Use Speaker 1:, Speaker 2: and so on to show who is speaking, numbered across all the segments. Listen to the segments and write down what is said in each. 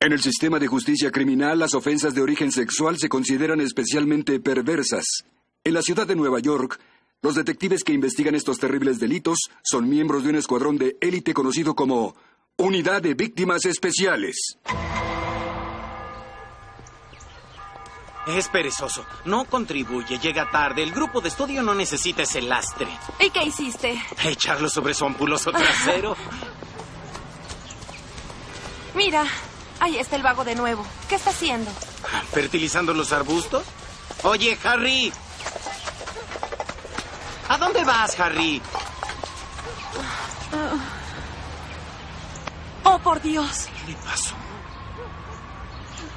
Speaker 1: En el sistema de justicia criminal, las ofensas de origen sexual se consideran especialmente perversas. En la ciudad de Nueva York, los detectives que investigan estos terribles delitos son miembros de un escuadrón de élite conocido como Unidad de Víctimas Especiales.
Speaker 2: Es perezoso, no contribuye, llega tarde, el grupo de estudio no necesita ese lastre.
Speaker 3: ¿Y qué hiciste?
Speaker 2: Echarlo sobre su ampuloso trasero.
Speaker 3: Mira, ahí está el vago de nuevo. ¿Qué está haciendo?
Speaker 2: ¿Fertilizando los arbustos? Oye, Harry. ¿A dónde vas, Harry?
Speaker 3: Oh, por Dios.
Speaker 2: ¿Qué le pasó?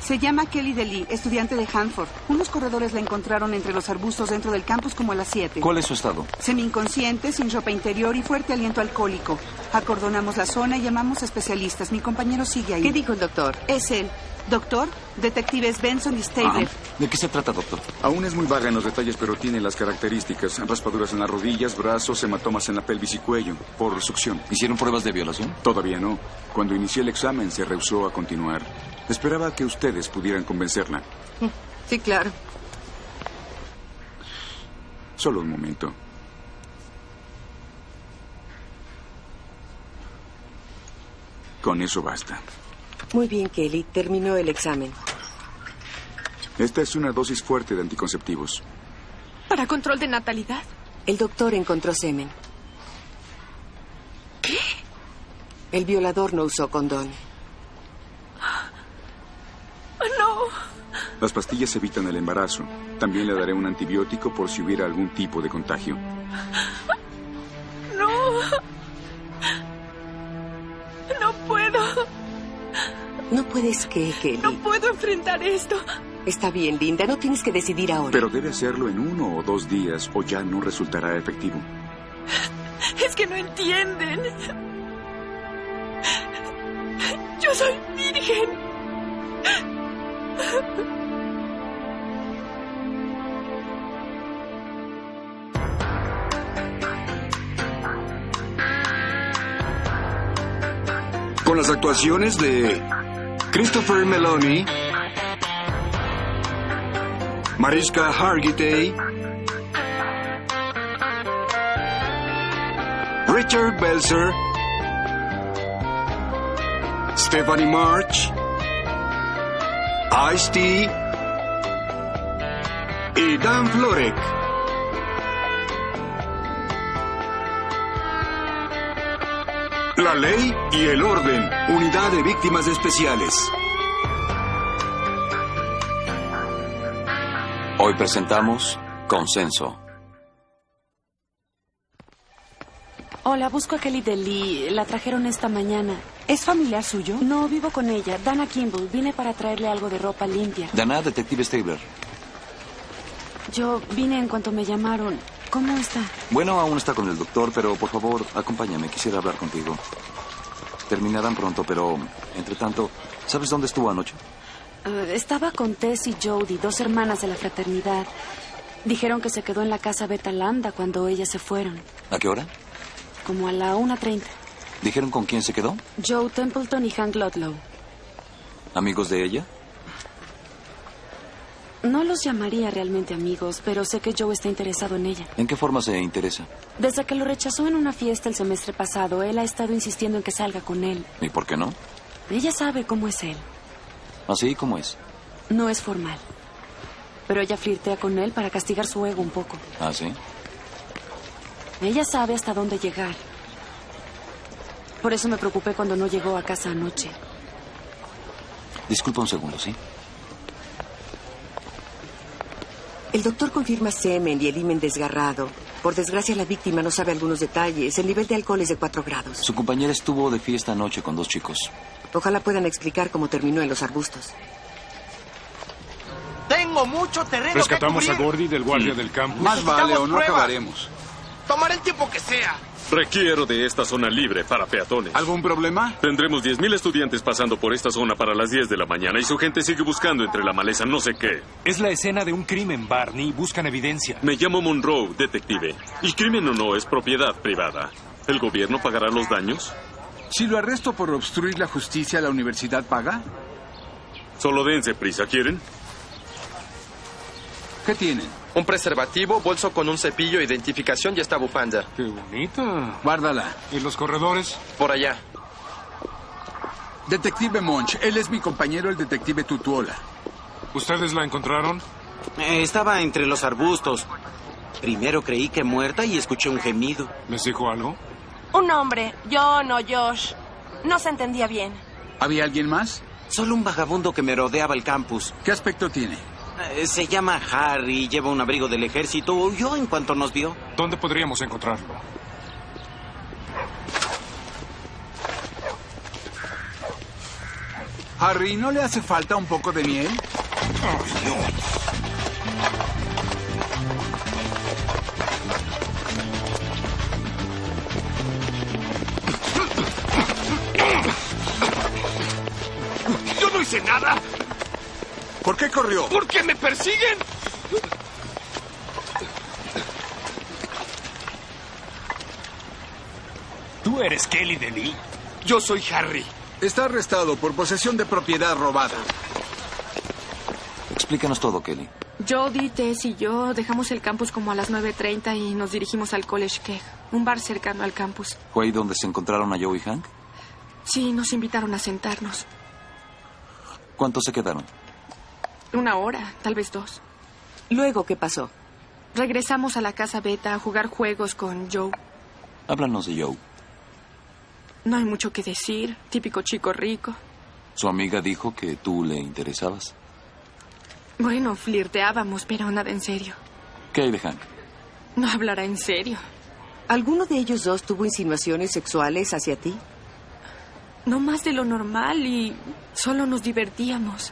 Speaker 4: Se llama Kelly Deli, estudiante de Hanford. Unos corredores la encontraron entre los arbustos dentro del campus como a las 7.
Speaker 5: ¿Cuál es su estado?
Speaker 4: Semi-inconsciente, sin ropa interior y fuerte aliento alcohólico. Acordonamos la zona y llamamos a especialistas. Mi compañero sigue ahí.
Speaker 6: ¿Qué dijo el doctor?
Speaker 4: Es él. Doctor, detectives Benson y
Speaker 5: Ajá.
Speaker 4: Stader.
Speaker 5: ¿De qué se trata, doctor?
Speaker 7: Aún es muy vaga en los detalles, pero tiene las características. Raspaduras en las rodillas, brazos, hematomas en la pelvis y cuello, por succión.
Speaker 5: ¿Hicieron pruebas de violación?
Speaker 7: Todavía no. Cuando inicié el examen se rehusó a continuar. Esperaba que ustedes pudieran convencerla.
Speaker 6: Ah. Sí, claro.
Speaker 7: Solo un momento. Con eso basta.
Speaker 6: Muy bien, Kelly. Terminó el examen.
Speaker 7: Esta es una dosis fuerte de anticonceptivos.
Speaker 3: ¿Para control de natalidad?
Speaker 6: El doctor encontró semen. ¿Qué? El violador no usó condón.
Speaker 3: No.
Speaker 7: Las pastillas evitan el embarazo. También le daré un antibiótico por si hubiera algún tipo de contagio.
Speaker 3: No. No puedo.
Speaker 6: No puedes que, Kelly.
Speaker 3: No puedo enfrentar esto.
Speaker 6: Está bien, Linda. No tienes que decidir ahora.
Speaker 7: Pero debe hacerlo en uno o dos días o ya no resultará efectivo.
Speaker 3: Es que no entienden. Yo soy virgen.
Speaker 1: Con las actuaciones de Christopher Meloni, Mariska Hargitay, Richard Belzer, Stephanie March, Ice-T y Dan Florek. La ley y el orden. Unidad de víctimas especiales.
Speaker 5: Hoy presentamos Consenso.
Speaker 8: Hola, busco a Kelly Deli. La trajeron esta mañana.
Speaker 4: ¿Es familiar suyo?
Speaker 8: No vivo con ella. Dana Kimball. Vine para traerle algo de ropa limpia.
Speaker 5: Daná, detective Stabler.
Speaker 8: Yo vine en cuanto me llamaron. ¿Cómo está?
Speaker 5: Bueno, aún está con el doctor, pero por favor, acompáñame. Quisiera hablar contigo. Terminarán pronto, pero, entre tanto, ¿sabes dónde estuvo anoche?
Speaker 8: Eh, estaba con Tess y Jody, dos hermanas de la fraternidad. Dijeron que se quedó en la casa Beta Lambda cuando ellas se fueron,
Speaker 5: ¿A qué hora?
Speaker 8: como a la 1.30.
Speaker 5: ¿Dijeron con quién se quedó?
Speaker 8: Joe Templeton y Hank Ludlow.
Speaker 5: ¿Amigos de ella?
Speaker 8: No los llamaría realmente amigos, pero sé que Joe está interesado en ella.
Speaker 5: ¿En qué forma se interesa?
Speaker 8: Desde que lo rechazó en una fiesta el semestre pasado, él ha estado insistiendo en que salga con él.
Speaker 5: ¿Y por qué no?
Speaker 8: Ella sabe cómo es él.
Speaker 5: Así como es.
Speaker 8: No es formal. Pero ella flirtea con él para castigar su ego un poco.
Speaker 5: ¿Ah, sí?
Speaker 8: Ella sabe hasta dónde llegar. Por eso me preocupé cuando no llegó a casa anoche.
Speaker 5: Disculpa un segundo, ¿sí?
Speaker 6: El doctor confirma semen y el himen desgarrado. Por desgracia, la víctima no sabe algunos detalles. El nivel de alcohol es de 4 grados.
Speaker 5: Su compañera estuvo de fiesta anoche con dos chicos.
Speaker 6: Ojalá puedan explicar cómo terminó en los arbustos.
Speaker 2: Tengo mucho terreno
Speaker 9: Rescatamos
Speaker 2: que
Speaker 9: a
Speaker 2: cubrir.
Speaker 9: Gordy del guardia del campo.
Speaker 10: Más vale o no
Speaker 2: pruebas.
Speaker 10: acabaremos.
Speaker 2: Tomaré el tiempo que sea.
Speaker 11: Requiero de esta zona libre para peatones.
Speaker 10: ¿Algún problema?
Speaker 11: Tendremos 10.000 estudiantes pasando por esta zona para las 10 de la mañana y su gente sigue buscando entre la maleza no sé qué.
Speaker 9: Es la escena de un crimen, Barney. Buscan evidencia.
Speaker 11: Me llamo Monroe, detective. Y crimen o no es propiedad privada. ¿El gobierno pagará los daños?
Speaker 10: Si lo arresto por obstruir la justicia, ¿la universidad paga?
Speaker 11: Solo dense prisa, ¿quieren?
Speaker 12: ¿Qué tienen?
Speaker 13: Un preservativo, bolso con un cepillo, identificación y esta bufanda.
Speaker 14: Qué bonita.
Speaker 15: Guárdala.
Speaker 14: ¿Y los corredores?
Speaker 13: Por allá.
Speaker 15: Detective Monch, él es mi compañero, el detective Tutuola.
Speaker 14: ¿Ustedes la encontraron?
Speaker 16: Eh, estaba entre los arbustos. Primero creí que muerta y escuché un gemido.
Speaker 14: ¿Les dijo algo?
Speaker 8: Un hombre, yo no Josh. No se entendía bien.
Speaker 15: ¿Había alguien más?
Speaker 16: Solo un vagabundo que me rodeaba el campus.
Speaker 15: ¿Qué aspecto tiene?
Speaker 16: Eh, se llama Harry, lleva un abrigo del ejército. Huyó en cuanto nos vio.
Speaker 14: ¿Dónde podríamos encontrarlo?
Speaker 15: Harry, ¿no le hace falta un poco de miel?
Speaker 17: Yo no hice nada.
Speaker 15: ¿Por qué corrió?
Speaker 17: ¿Por qué me persiguen?
Speaker 14: ¿Tú eres Kelly Deli?
Speaker 17: Yo soy Harry.
Speaker 15: Está arrestado por posesión de propiedad robada.
Speaker 5: Explícanos todo, Kelly.
Speaker 18: Jody, Tess y yo dejamos el campus como a las 9.30 y nos dirigimos al College Keg, un bar cercano al campus.
Speaker 5: ¿Fue ahí donde se encontraron a Joe y Hank?
Speaker 18: Sí, nos invitaron a sentarnos.
Speaker 5: ¿Cuántos se quedaron?
Speaker 18: Una hora, tal vez dos.
Speaker 6: Luego, ¿qué pasó?
Speaker 18: Regresamos a la casa beta a jugar juegos con Joe.
Speaker 5: Háblanos de Joe.
Speaker 18: No hay mucho que decir, típico chico rico.
Speaker 5: Su amiga dijo que tú le interesabas.
Speaker 18: Bueno, flirteábamos, pero nada en serio.
Speaker 5: ¿Qué hay de Hank?
Speaker 18: No hablará en serio.
Speaker 6: ¿Alguno de ellos dos tuvo insinuaciones sexuales hacia ti?
Speaker 18: No más de lo normal y solo nos divertíamos.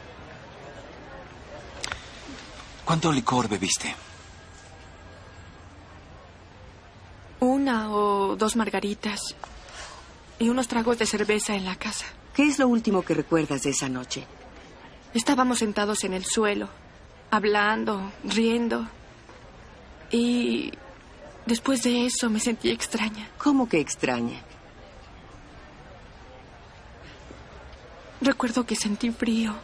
Speaker 5: ¿Cuánto licor bebiste?
Speaker 18: Una o dos margaritas y unos tragos de cerveza en la casa.
Speaker 6: ¿Qué es lo último que recuerdas de esa noche?
Speaker 18: Estábamos sentados en el suelo, hablando, riendo. Y después de eso me sentí extraña.
Speaker 6: ¿Cómo que extraña?
Speaker 18: Recuerdo que sentí frío.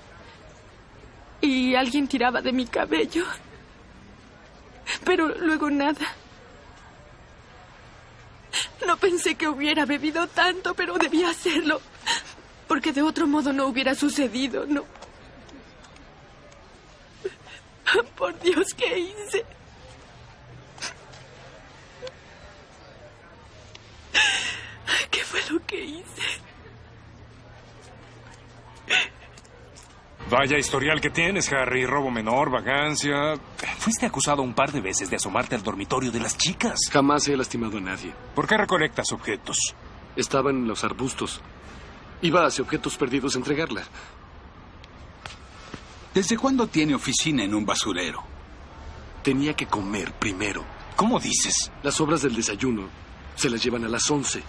Speaker 18: Y alguien tiraba de mi cabello. Pero luego nada. No pensé que hubiera bebido tanto, pero debía hacerlo. Porque de otro modo no hubiera sucedido, ¿no? Por Dios, ¿qué hice? ¿Qué fue lo que hice?
Speaker 14: Vaya historial que tienes, Harry. Robo menor, vagancia.
Speaker 9: Fuiste acusado un par de veces de asomarte al dormitorio de las chicas.
Speaker 19: Jamás he lastimado a nadie.
Speaker 14: ¿Por qué recolectas objetos?
Speaker 19: Estaba en los arbustos. Iba hacia objetos perdidos a entregarla.
Speaker 15: ¿Desde cuándo tiene oficina en un basurero?
Speaker 19: Tenía que comer primero.
Speaker 9: ¿Cómo dices?
Speaker 19: Las obras del desayuno se las llevan a las 11.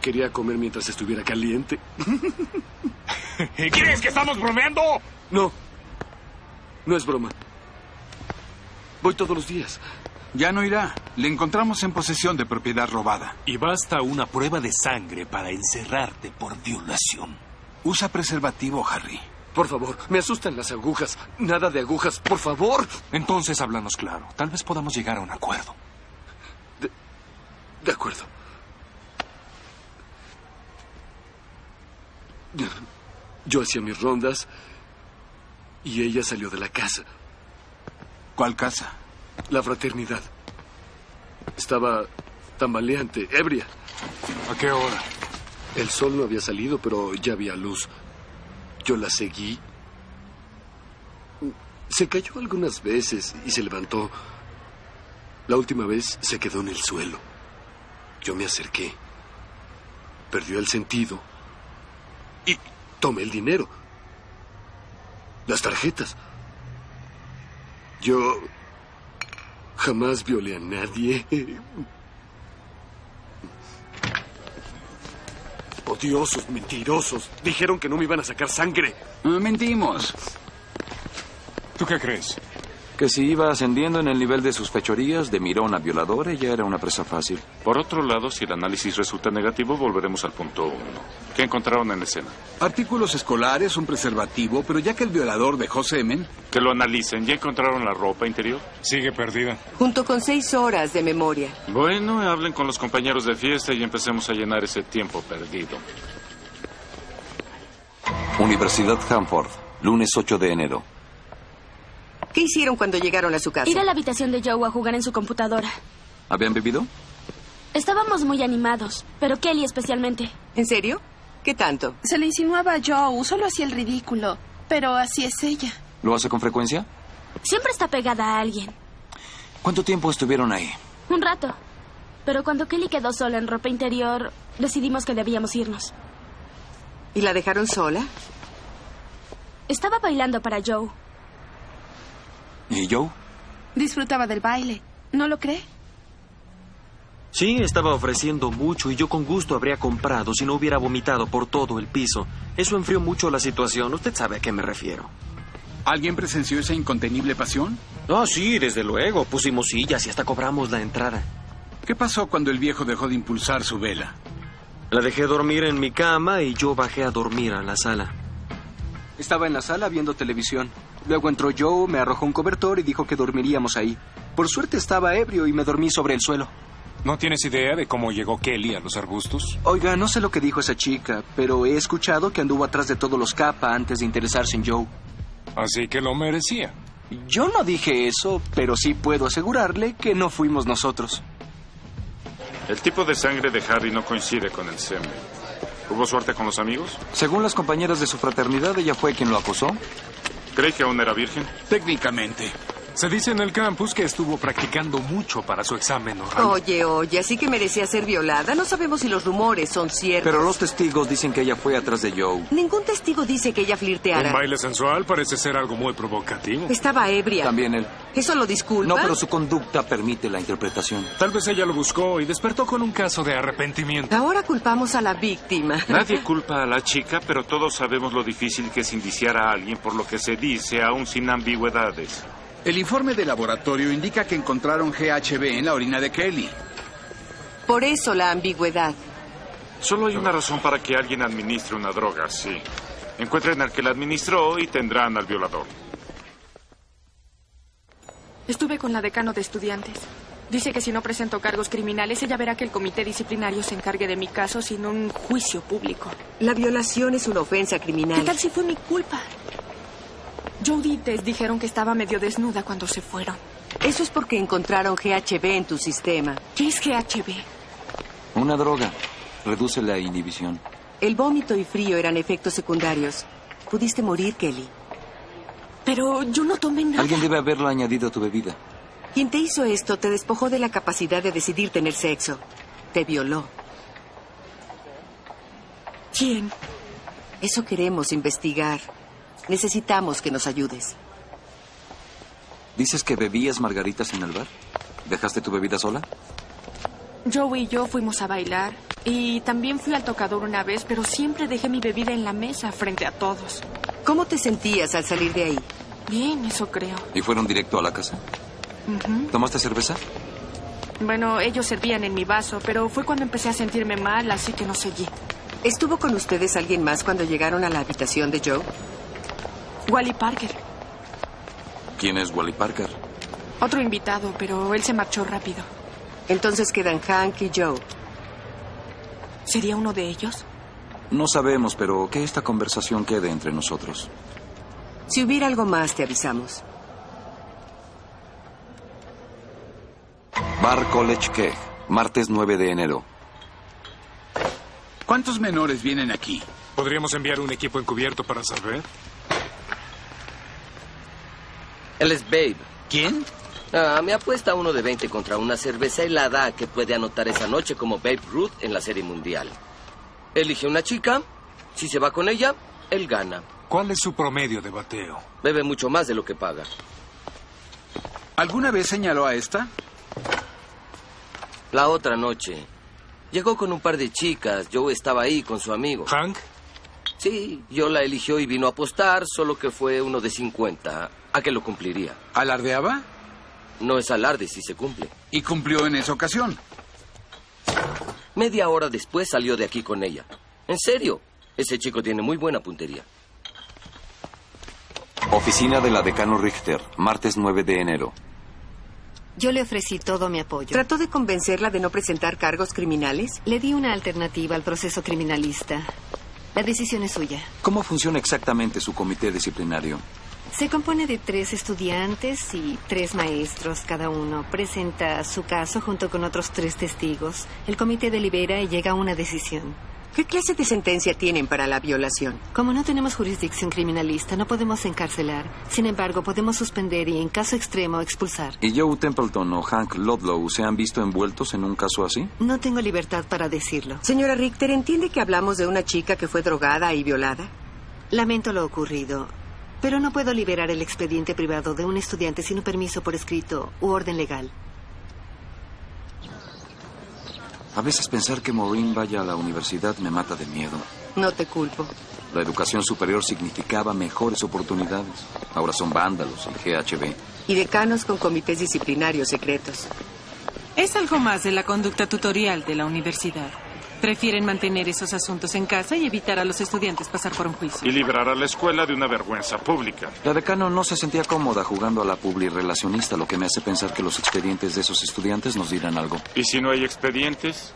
Speaker 19: Quería comer mientras estuviera caliente.
Speaker 9: ¿Crees que estamos bromeando?
Speaker 19: No. No es broma. Voy todos los días.
Speaker 15: Ya no irá. Le encontramos en posesión de propiedad robada.
Speaker 9: Y basta una prueba de sangre para encerrarte por violación.
Speaker 15: Usa preservativo, Harry.
Speaker 19: Por favor, me asustan las agujas. Nada de agujas, por favor.
Speaker 9: Entonces háblanos claro. Tal vez podamos llegar a un acuerdo.
Speaker 19: De, de acuerdo. Yo hacía mis rondas y ella salió de la casa.
Speaker 15: ¿Cuál casa?
Speaker 19: La fraternidad. Estaba tambaleante, ebria.
Speaker 14: ¿A qué hora?
Speaker 19: El sol no había salido, pero ya había luz. Yo la seguí. Se cayó algunas veces y se levantó. La última vez se quedó en el suelo. Yo me acerqué. Perdió el sentido. Y tomé el dinero. Las tarjetas. Yo jamás violé a nadie. Odiosos, mentirosos. Dijeron que no me iban a sacar sangre.
Speaker 15: Mentimos.
Speaker 14: ¿Tú qué crees?
Speaker 5: Que si iba ascendiendo en el nivel de sus fechorías, de mirón a violador, ella era una presa fácil.
Speaker 20: Por otro lado, si el análisis resulta negativo, volveremos al punto 1. ¿Qué encontraron en la escena?
Speaker 15: Artículos escolares, un preservativo, pero ya que el violador dejó semen.
Speaker 20: Que lo analicen. ¿Ya encontraron la ropa interior?
Speaker 9: Sigue perdida.
Speaker 6: Junto con seis horas de memoria.
Speaker 20: Bueno, hablen con los compañeros de fiesta y empecemos a llenar ese tiempo perdido.
Speaker 5: Universidad Hanford, lunes 8 de enero.
Speaker 6: ¿Qué hicieron cuando llegaron a su casa?
Speaker 8: Ir a la habitación de Joe a jugar en su computadora.
Speaker 5: ¿Habían bebido?
Speaker 8: Estábamos muy animados, pero Kelly especialmente.
Speaker 6: ¿En serio? ¿Qué tanto?
Speaker 18: Se le insinuaba a Joe, solo hacía el ridículo. Pero así es ella.
Speaker 5: ¿Lo hace con frecuencia?
Speaker 8: Siempre está pegada a alguien.
Speaker 5: ¿Cuánto tiempo estuvieron ahí?
Speaker 8: Un rato. Pero cuando Kelly quedó sola en ropa interior, decidimos que debíamos irnos.
Speaker 6: ¿Y la dejaron sola?
Speaker 8: Estaba bailando para Joe.
Speaker 5: ¿Y Joe?
Speaker 18: Disfrutaba del baile. ¿No lo cree?
Speaker 21: Sí, estaba ofreciendo mucho y yo con gusto habría comprado si no hubiera vomitado por todo el piso. Eso enfrió mucho la situación. Usted sabe a qué me refiero.
Speaker 15: ¿Alguien presenció esa incontenible pasión?
Speaker 21: Ah, sí, desde luego. Pusimos sillas y hasta cobramos la entrada.
Speaker 15: ¿Qué pasó cuando el viejo dejó de impulsar su vela?
Speaker 21: La dejé dormir en mi cama y yo bajé a dormir a la sala.
Speaker 22: Estaba en la sala viendo televisión. Luego entró Joe, me arrojó un cobertor y dijo que dormiríamos ahí. Por suerte estaba ebrio y me dormí sobre el suelo.
Speaker 9: ¿No tienes idea de cómo llegó Kelly a los arbustos?
Speaker 22: Oiga, no sé lo que dijo esa chica, pero he escuchado que anduvo atrás de todos los capa antes de interesarse en Joe.
Speaker 9: Así que lo merecía.
Speaker 22: Yo no dije eso, pero sí puedo asegurarle que no fuimos nosotros.
Speaker 20: El tipo de sangre de Harry no coincide con el semen. ¿Hubo suerte con los amigos?
Speaker 5: Según las compañeras de su fraternidad, ella fue quien lo acosó.
Speaker 20: ¿Cree que aún era virgen?
Speaker 15: Técnicamente.
Speaker 9: Se dice en el campus que estuvo practicando mucho para su examen oral.
Speaker 6: Oye, oye, así que merecía ser violada. No sabemos si los rumores son ciertos.
Speaker 5: Pero los testigos dicen que ella fue atrás de Joe.
Speaker 6: Ningún testigo dice que ella flirteara.
Speaker 9: Un baile sensual parece ser algo muy provocativo.
Speaker 6: Estaba ebria.
Speaker 5: También él.
Speaker 6: ¿Eso lo disculpa?
Speaker 5: No, pero su conducta permite la interpretación.
Speaker 9: Tal vez ella lo buscó y despertó con un caso de arrepentimiento.
Speaker 6: Ahora culpamos a la víctima.
Speaker 20: Nadie culpa a la chica, pero todos sabemos lo difícil que es indiciar a alguien por lo que se dice, aún sin ambigüedades.
Speaker 15: El informe de laboratorio indica que encontraron GHB en la orina de Kelly.
Speaker 6: Por eso la ambigüedad.
Speaker 20: Solo hay una razón para que alguien administre una droga, sí. Encuentren al que la administró y tendrán al violador.
Speaker 18: Estuve con la decano de estudiantes. Dice que si no presento cargos criminales, ella verá que el comité disciplinario se encargue de mi caso sin un juicio público.
Speaker 6: La violación es una ofensa criminal.
Speaker 18: ¿Qué tal si fue mi culpa? Jody y Tess dijeron que estaba medio desnuda cuando se fueron.
Speaker 6: Eso es porque encontraron GHB en tu sistema.
Speaker 18: ¿Qué es GHB?
Speaker 5: Una droga. Reduce la inhibición.
Speaker 6: El vómito y frío eran efectos secundarios. Pudiste morir, Kelly.
Speaker 18: Pero yo no tomé nada.
Speaker 5: Alguien debe haberlo añadido a tu bebida.
Speaker 6: Quien te hizo esto te despojó de la capacidad de decidir tener sexo. Te violó.
Speaker 18: ¿Quién?
Speaker 6: Eso queremos investigar. Necesitamos que nos ayudes.
Speaker 5: ¿Dices que bebías margaritas en el bar? ¿Dejaste tu bebida sola?
Speaker 18: Joe y yo fuimos a bailar y también fui al tocador una vez, pero siempre dejé mi bebida en la mesa frente a todos.
Speaker 6: ¿Cómo te sentías al salir de ahí?
Speaker 18: Bien, eso creo.
Speaker 5: ¿Y fueron directo a la casa?
Speaker 18: Uh -huh.
Speaker 5: ¿Tomaste cerveza?
Speaker 18: Bueno, ellos servían en mi vaso, pero fue cuando empecé a sentirme mal, así que no seguí.
Speaker 6: ¿Estuvo con ustedes alguien más cuando llegaron a la habitación de Joe?
Speaker 18: Wally Parker.
Speaker 5: ¿Quién es Wally Parker?
Speaker 18: Otro invitado, pero él se marchó rápido.
Speaker 6: Entonces quedan Hank y Joe.
Speaker 18: ¿Sería uno de ellos?
Speaker 5: No sabemos, pero que esta conversación quede entre nosotros.
Speaker 6: Si hubiera algo más, te avisamos.
Speaker 5: Bar College Keg, martes 9 de enero.
Speaker 15: ¿Cuántos menores vienen aquí?
Speaker 9: ¿Podríamos enviar un equipo encubierto para saber?
Speaker 23: Él es Babe.
Speaker 15: ¿Quién?
Speaker 23: Ah, me apuesta uno de 20 contra una cerveza helada que puede anotar esa noche como Babe Ruth en la Serie Mundial. Elige una chica. Si se va con ella, él gana.
Speaker 9: ¿Cuál es su promedio de bateo?
Speaker 23: Bebe mucho más de lo que paga.
Speaker 15: ¿Alguna vez señaló a esta?
Speaker 23: La otra noche. Llegó con un par de chicas. Yo estaba ahí con su amigo.
Speaker 9: ¿Hank?
Speaker 23: Sí, yo la eligió y vino a apostar, solo que fue uno de 50. a que lo cumpliría.
Speaker 15: ¿Alardeaba?
Speaker 23: No es alarde si se cumple.
Speaker 15: ¿Y cumplió en esa ocasión?
Speaker 23: Media hora después salió de aquí con ella. En serio, ese chico tiene muy buena puntería.
Speaker 5: Oficina de la decano Richter, martes 9 de enero.
Speaker 1: Yo le ofrecí todo mi apoyo.
Speaker 6: ¿Trató de convencerla de no presentar cargos criminales?
Speaker 1: Le di una alternativa al proceso criminalista. La decisión es suya.
Speaker 5: ¿Cómo funciona exactamente su comité disciplinario?
Speaker 1: Se compone de tres estudiantes y tres maestros cada uno. Presenta su caso junto con otros tres testigos. El comité delibera y llega a una decisión.
Speaker 6: ¿Qué clase de sentencia tienen para la violación?
Speaker 1: Como no tenemos jurisdicción criminalista, no podemos encarcelar. Sin embargo, podemos suspender y, en caso extremo, expulsar.
Speaker 5: ¿Y Joe Templeton o Hank Ludlow se han visto envueltos en un caso así?
Speaker 1: No tengo libertad para decirlo.
Speaker 6: Señora Richter, ¿entiende que hablamos de una chica que fue drogada y violada?
Speaker 1: Lamento lo ocurrido, pero no puedo liberar el expediente privado de un estudiante sin un permiso por escrito u orden legal.
Speaker 5: A veces pensar que Maureen vaya a la universidad me mata de miedo.
Speaker 6: No te culpo.
Speaker 5: La educación superior significaba mejores oportunidades. Ahora son vándalos, el GHB.
Speaker 6: Y decanos con comités disciplinarios secretos.
Speaker 24: Es algo más de la conducta tutorial de la universidad. Prefieren mantener esos asuntos en casa y evitar a los estudiantes pasar por un juicio.
Speaker 20: Y librar a la escuela de una vergüenza pública.
Speaker 5: La decano no se sentía cómoda jugando a la publi relacionista, lo que me hace pensar que los expedientes de esos estudiantes nos dirán algo.
Speaker 20: ¿Y si no hay expedientes?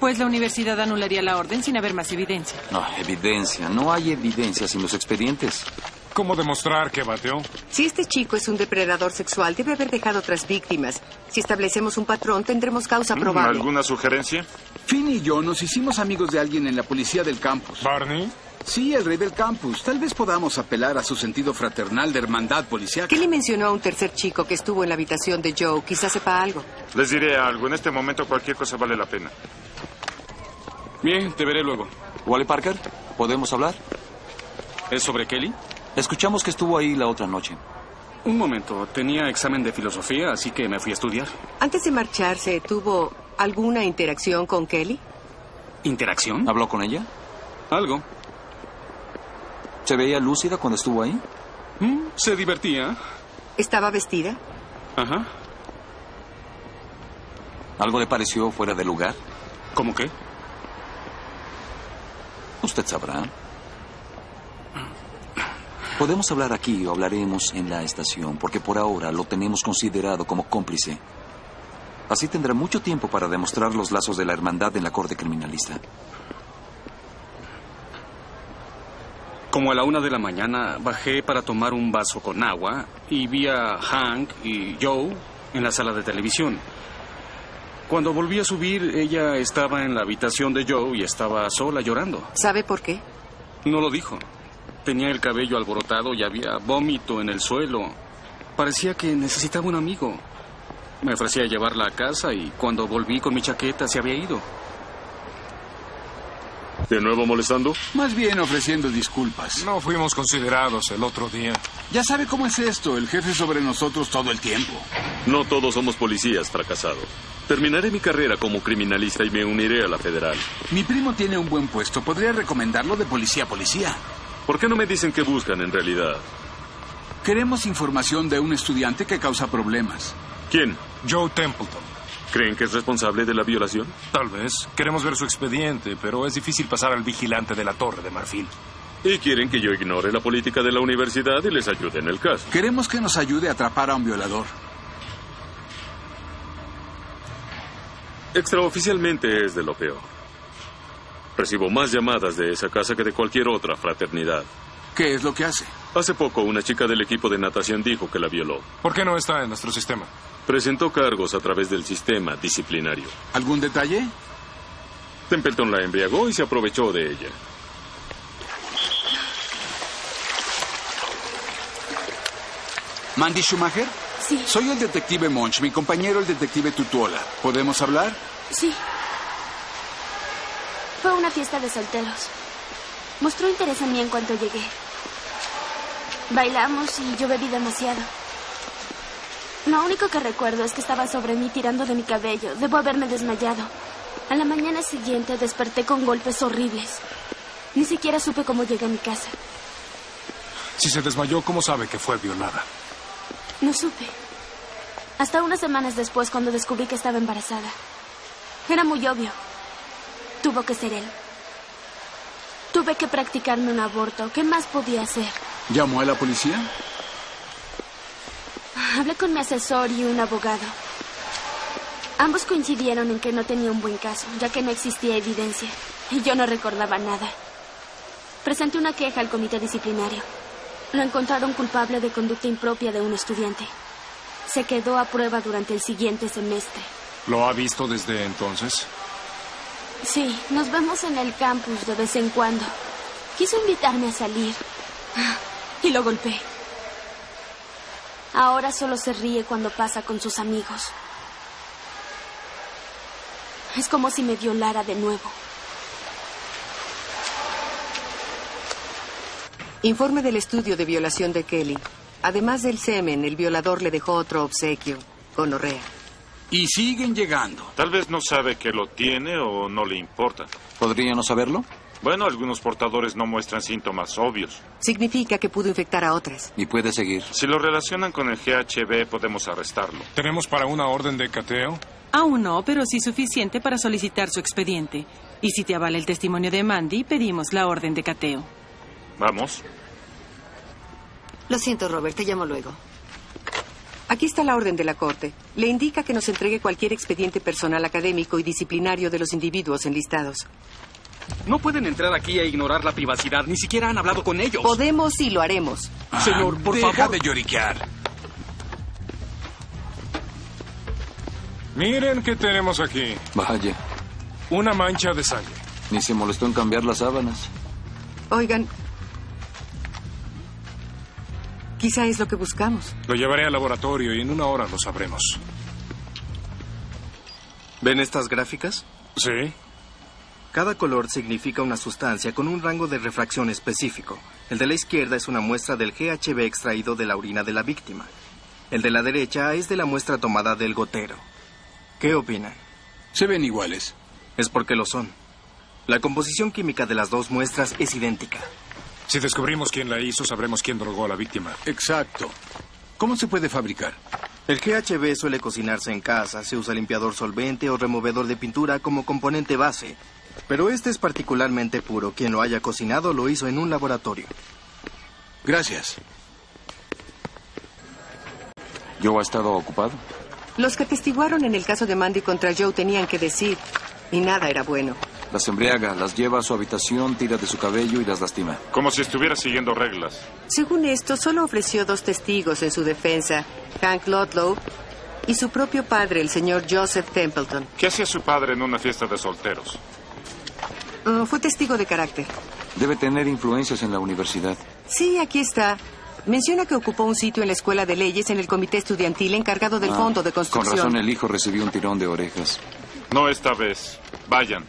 Speaker 24: Pues la universidad anularía la orden sin haber más evidencia.
Speaker 5: No, evidencia. No hay evidencia sin los expedientes.
Speaker 9: ¿Cómo demostrar que bateó?
Speaker 6: Si este chico es un depredador sexual, debe haber dejado otras víctimas. Si establecemos un patrón, tendremos causa
Speaker 20: Mm,
Speaker 6: probable.
Speaker 20: ¿Alguna sugerencia?
Speaker 15: Finn y yo nos hicimos amigos de alguien en la policía del campus.
Speaker 20: ¿Barney?
Speaker 15: Sí, el rey del campus. Tal vez podamos apelar a su sentido fraternal de hermandad policial.
Speaker 6: ¿Qué le mencionó a un tercer chico que estuvo en la habitación de Joe? Quizás sepa algo.
Speaker 20: Les diré algo. En este momento cualquier cosa vale la pena.
Speaker 5: Bien, te veré luego. Wally Parker, ¿podemos hablar?
Speaker 25: ¿Es sobre Kelly?
Speaker 5: Escuchamos que estuvo ahí la otra noche.
Speaker 25: Un momento, tenía examen de filosofía, así que me fui a estudiar.
Speaker 6: Antes de marcharse, ¿tuvo alguna interacción con Kelly?
Speaker 25: ¿Interacción?
Speaker 5: ¿Habló con ella?
Speaker 25: Algo.
Speaker 5: ¿Se veía lúcida cuando estuvo ahí?
Speaker 25: Mm, Se divertía.
Speaker 6: ¿Estaba vestida?
Speaker 25: Ajá.
Speaker 5: ¿Algo le pareció fuera de lugar?
Speaker 25: ¿Cómo qué?
Speaker 5: Usted sabrá. Podemos hablar aquí o hablaremos en la estación, porque por ahora lo tenemos considerado como cómplice. Así tendrá mucho tiempo para demostrar los lazos de la hermandad en la corte criminalista.
Speaker 25: Como a la una de la mañana bajé para tomar un vaso con agua y vi a Hank y Joe en la sala de televisión. Cuando volví a subir, ella estaba en la habitación de Joe y estaba sola llorando.
Speaker 6: ¿Sabe por qué?
Speaker 25: No lo dijo. Tenía el cabello alborotado y había vómito en el suelo. Parecía que necesitaba un amigo. Me ofrecí a llevarla a casa y cuando volví con mi chaqueta se había ido.
Speaker 11: ¿De nuevo molestando?
Speaker 15: Más bien ofreciendo disculpas.
Speaker 9: No fuimos considerados el otro día.
Speaker 15: Ya sabe cómo es esto, el jefe sobre nosotros todo el tiempo.
Speaker 11: No todos somos policías, fracasado. Terminaré mi carrera como criminalista y me uniré a la federal.
Speaker 15: Mi primo tiene un buen puesto, podría recomendarlo de policía a policía.
Speaker 11: ¿Por qué no me dicen qué buscan en realidad?
Speaker 15: Queremos información de un estudiante que causa problemas.
Speaker 11: ¿Quién?
Speaker 9: Joe Templeton.
Speaker 11: ¿Creen que es responsable de la violación?
Speaker 9: Tal vez. Queremos ver su expediente, pero es difícil pasar al vigilante de la Torre de Marfil.
Speaker 11: ¿Y quieren que yo ignore la política de la universidad y les ayude en el caso?
Speaker 15: Queremos que nos ayude a atrapar a un violador.
Speaker 11: Extraoficialmente es de lo peor. Recibo más llamadas de esa casa que de cualquier otra fraternidad.
Speaker 15: ¿Qué es lo que hace?
Speaker 11: Hace poco una chica del equipo de natación dijo que la violó.
Speaker 9: ¿Por qué no está en nuestro sistema?
Speaker 11: Presentó cargos a través del sistema disciplinario.
Speaker 15: ¿Algún detalle?
Speaker 11: Templeton la embriagó y se aprovechó de ella.
Speaker 15: ¿Mandy Schumacher? Sí. Soy el detective Monch, mi compañero el detective Tutuola. ¿Podemos hablar?
Speaker 26: Sí. Fue una fiesta de solteros. Mostró interés en mí en cuanto llegué. Bailamos y yo bebí demasiado. Lo único que recuerdo es que estaba sobre mí tirando de mi cabello. Debo haberme desmayado. A la mañana siguiente desperté con golpes horribles. Ni siquiera supe cómo llegué a mi casa.
Speaker 9: Si se desmayó, ¿cómo sabe que fue violada?
Speaker 26: No supe. Hasta unas semanas después cuando descubrí que estaba embarazada. Era muy obvio. Tuvo que ser él. Tuve que practicarme un aborto. ¿Qué más podía hacer?
Speaker 15: ¿Llamó a la policía?
Speaker 26: Hablé con mi asesor y un abogado. Ambos coincidieron en que no tenía un buen caso, ya que no existía evidencia. Y yo no recordaba nada. Presenté una queja al comité disciplinario. Lo encontraron culpable de conducta impropia de un estudiante. Se quedó a prueba durante el siguiente semestre.
Speaker 20: ¿Lo ha visto desde entonces?
Speaker 26: Sí, nos vemos en el campus de vez en cuando. Quiso invitarme a salir. Ah, Y lo golpeé. Ahora solo se ríe cuando pasa con sus amigos. Es como si me violara de nuevo.
Speaker 6: Informe del estudio de violación de Kelly. Además del semen, el violador le dejó otro obsequio, gonorrea.
Speaker 20: Y siguen llegando. Tal vez no sabe que lo tiene o no le importa.
Speaker 5: ¿Podría no saberlo?
Speaker 20: Bueno, algunos portadores no muestran síntomas obvios.
Speaker 6: Significa que pudo infectar a otras.
Speaker 5: Y puede seguir.
Speaker 20: Si lo relacionan con el GHB, podemos arrestarlo.
Speaker 9: ¿Tenemos para una orden de cateo?
Speaker 24: Aún no, pero sí suficiente para solicitar su expediente. Y si te avala el testimonio de Mandy, pedimos la orden de cateo.
Speaker 20: Vamos.
Speaker 1: Lo siento, Robert, te llamo luego.
Speaker 6: Aquí está la orden de la Corte. Le indica que nos entregue cualquier expediente personal académico y disciplinario de los individuos enlistados.
Speaker 3: No pueden entrar aquí e ignorar la privacidad. Ni siquiera han hablado con ellos.
Speaker 6: Podemos y lo haremos.
Speaker 25: Ah,
Speaker 3: Señor, por
Speaker 6: deja
Speaker 3: favor.
Speaker 6: de
Speaker 3: lloriquear.
Speaker 9: Miren qué tenemos aquí.
Speaker 5: Vaya,
Speaker 9: Una mancha de sangre.
Speaker 5: ni se molestó en cambiar las sábanas.
Speaker 6: Oigan, quizá es lo que buscamos.
Speaker 9: Lo llevaré al laboratorio y en una hora lo sabremos.
Speaker 4: ¿Ven estas gráficas?
Speaker 9: Sí.
Speaker 4: Cada color significa una sustancia con un rango de refracción específico. El de la izquierda es una muestra del GHB extraído de la orina de la víctima. El de la derecha es de la muestra tomada del gotero. ¿Qué opinan?
Speaker 15: Se ven iguales.
Speaker 4: Es porque lo son. La composición química de las dos muestras es idéntica.
Speaker 9: Si descubrimos quién la hizo, sabremos quién drogó a la víctima.
Speaker 4: Exacto.
Speaker 15: ¿Cómo se puede fabricar?
Speaker 4: El GHB suele cocinarse en casa, se usa limpiador solvente o removedor de pintura como componente base. Pero este es particularmente puro. Quien lo haya cocinado lo hizo en un laboratorio.
Speaker 15: Gracias.
Speaker 5: Yo ha estado ocupado.
Speaker 6: Los que atestiguaron en el caso de Mandy contra Joe tenían que decir, y nada era bueno.
Speaker 5: Las embriaga, las lleva a su habitación, tira de su cabello y las lastima.
Speaker 20: Como si estuviera siguiendo reglas.
Speaker 6: Según esto, solo ofreció dos testigos en su defensa, Hank Ludlow y su propio padre, el señor Joseph Templeton.
Speaker 20: ¿Qué hacía su padre en una fiesta de solteros?
Speaker 6: Mm, fue testigo de carácter.
Speaker 5: Debe tener influencias en la universidad.
Speaker 6: Sí, aquí está. Menciona que ocupó un sitio en la Escuela de Leyes en el comité estudiantil encargado del
Speaker 5: Ah,
Speaker 6: fondo de
Speaker 5: Con
Speaker 6: construcción.
Speaker 5: razón el hijo recibió un tirón de orejas.
Speaker 20: No esta vez. Vayan.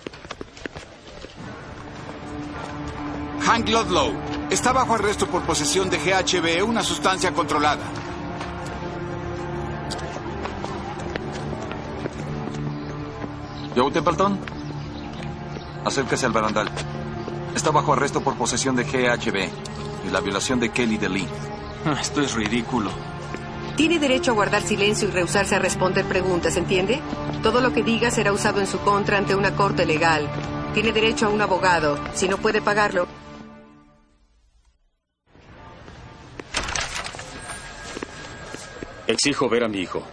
Speaker 15: Hank Ludlow está bajo arresto por posesión de GHB, una sustancia controlada.
Speaker 5: Joe Templeton, acérquese al barandal. Está bajo arresto por posesión de GHB y la violación de Kelly DeLee. Ah,
Speaker 21: Esto es ridículo.
Speaker 6: Tiene derecho a guardar silencio y rehusarse a responder preguntas, ¿entiende? Todo lo que diga será usado en su contra ante una corte legal. Tiene derecho a un abogado. Si no puede pagarlo,
Speaker 25: Exijo ver a mi hijo.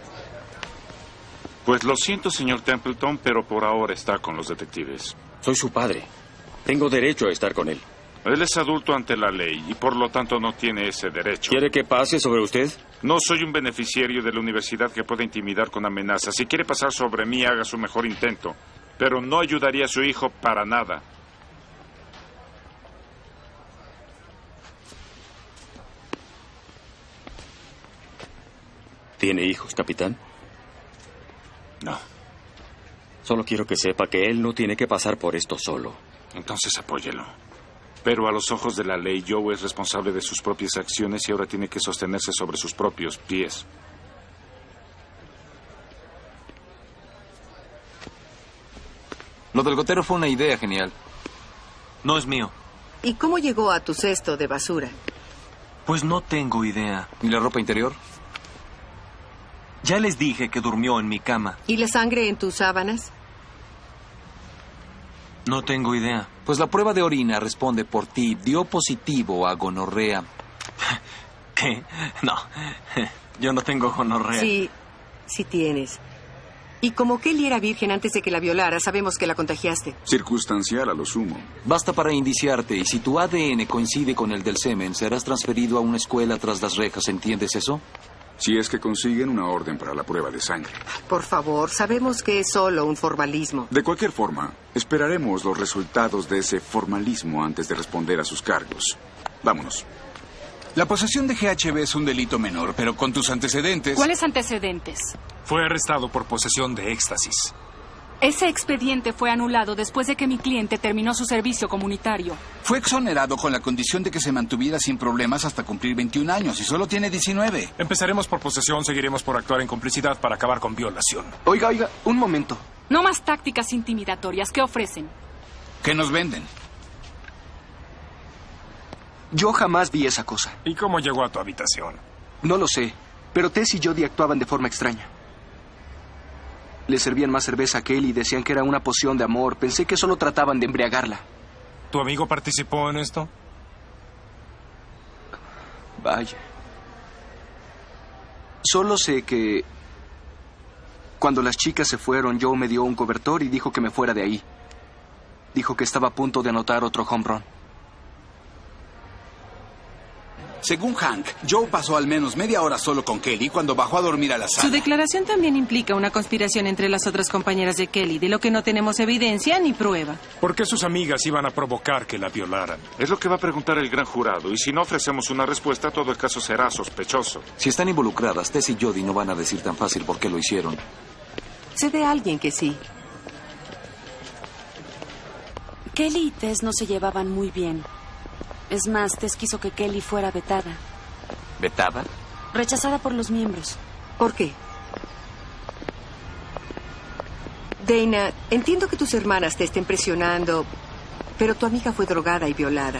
Speaker 20: Pues lo siento, señor Templeton, pero por ahora está con los detectives.
Speaker 25: Soy su padre. Tengo derecho a estar con él.
Speaker 20: Él es adulto ante la ley y por lo tanto no tiene ese derecho.
Speaker 25: ¿Quiere que pase sobre usted?
Speaker 20: No soy un beneficiario de la universidad que pueda intimidar con amenazas. Si quiere pasar sobre mí, haga su mejor intento. Pero no ayudaría a su hijo para nada.
Speaker 25: ¿Tiene hijos, capitán?
Speaker 20: No.
Speaker 25: Solo quiero que sepa que él no tiene que pasar por esto solo.
Speaker 20: Entonces apóyelo. Pero a los ojos de la ley, Joe es responsable de sus propias acciones y ahora tiene que sostenerse sobre sus propios pies.
Speaker 5: Lo del gotero fue una idea genial. No es mío.
Speaker 6: ¿y cómo llegó a tu cesto de basura?
Speaker 5: Pues no tengo idea. ¿Y la ropa interior? Ya les dije que durmió en mi cama.
Speaker 6: ¿Y la sangre en tus sábanas?
Speaker 5: No tengo idea. Pues la prueba de orina responde por ti. Dio positivo a gonorrea. ¿Qué? No. Yo no tengo gonorrea.
Speaker 6: Sí, sí tienes. Y como Kelly era virgen antes de que la violara, sabemos que la contagiaste.
Speaker 5: Circunstancial a lo sumo. Basta para indiciarte y si tu ADN coincide con el del semen, serás transferido a una escuela tras las rejas. ¿Entiendes eso?
Speaker 2: Si es que consiguen una orden para la prueba de sangre.
Speaker 6: Por favor, sabemos que es solo un formalismo.
Speaker 2: De cualquier forma, esperaremos los resultados de ese formalismo antes de responder a sus cargos. Vámonos.
Speaker 15: La posesión de GHB es un delito menor, pero con tus antecedentes...
Speaker 7: ¿Cuáles antecedentes?
Speaker 9: Fue arrestado por posesión de éxtasis.
Speaker 7: Ese expediente fue anulado después de que mi cliente terminó su servicio comunitario.
Speaker 15: Fue exonerado con la condición de que se mantuviera sin problemas hasta cumplir 21 años y solo tiene 19.
Speaker 9: Empezaremos por posesión, seguiremos por actuar en complicidad para acabar con violación.
Speaker 22: Oiga, oiga, un momento.
Speaker 7: No más tácticas intimidatorias. ¿Qué ofrecen?
Speaker 15: ¿Qué nos venden?
Speaker 22: Yo jamás vi esa cosa.
Speaker 9: ¿Y cómo llegó a tu habitación?
Speaker 22: No lo sé, pero Tess y Jody actuaban de forma extraña. Le servían más cerveza a Kelly y decían que era una poción de amor. Pensé que solo trataban de embriagarla.
Speaker 9: ¿Tu amigo participó en esto?
Speaker 22: Vaya. Solo sé que... Cuando las chicas se fueron, Joe me dio un cobertor y dijo que me fuera de ahí. Dijo que estaba a punto de anotar otro home run.
Speaker 15: Según Hank, Joe pasó al menos media hora solo con Kelly cuando bajó a dormir a la
Speaker 24: Su
Speaker 15: sala.
Speaker 24: declaración también implica una conspiración entre las otras compañeras de Kelly, de lo que no tenemos evidencia ni prueba.
Speaker 9: ¿Por qué sus amigas iban a provocar que la violaran?
Speaker 20: Es lo que va a preguntar el gran jurado, y si no ofrecemos una respuesta, todo el caso será sospechoso.
Speaker 5: Si están involucradas, Tess y Jody no van a decir tan fácil por qué lo hicieron.
Speaker 6: Sé de alguien que sí.
Speaker 8: Kelly y Tess no se llevaban muy bien. Es más, Tess quiso que Kelly fuera vetada,
Speaker 5: ¿Vetada?
Speaker 8: rechazada por los miembros.
Speaker 6: ¿Por qué? Dana, entiendo que tus hermanas te estén presionando, pero tu amiga fue drogada y violada.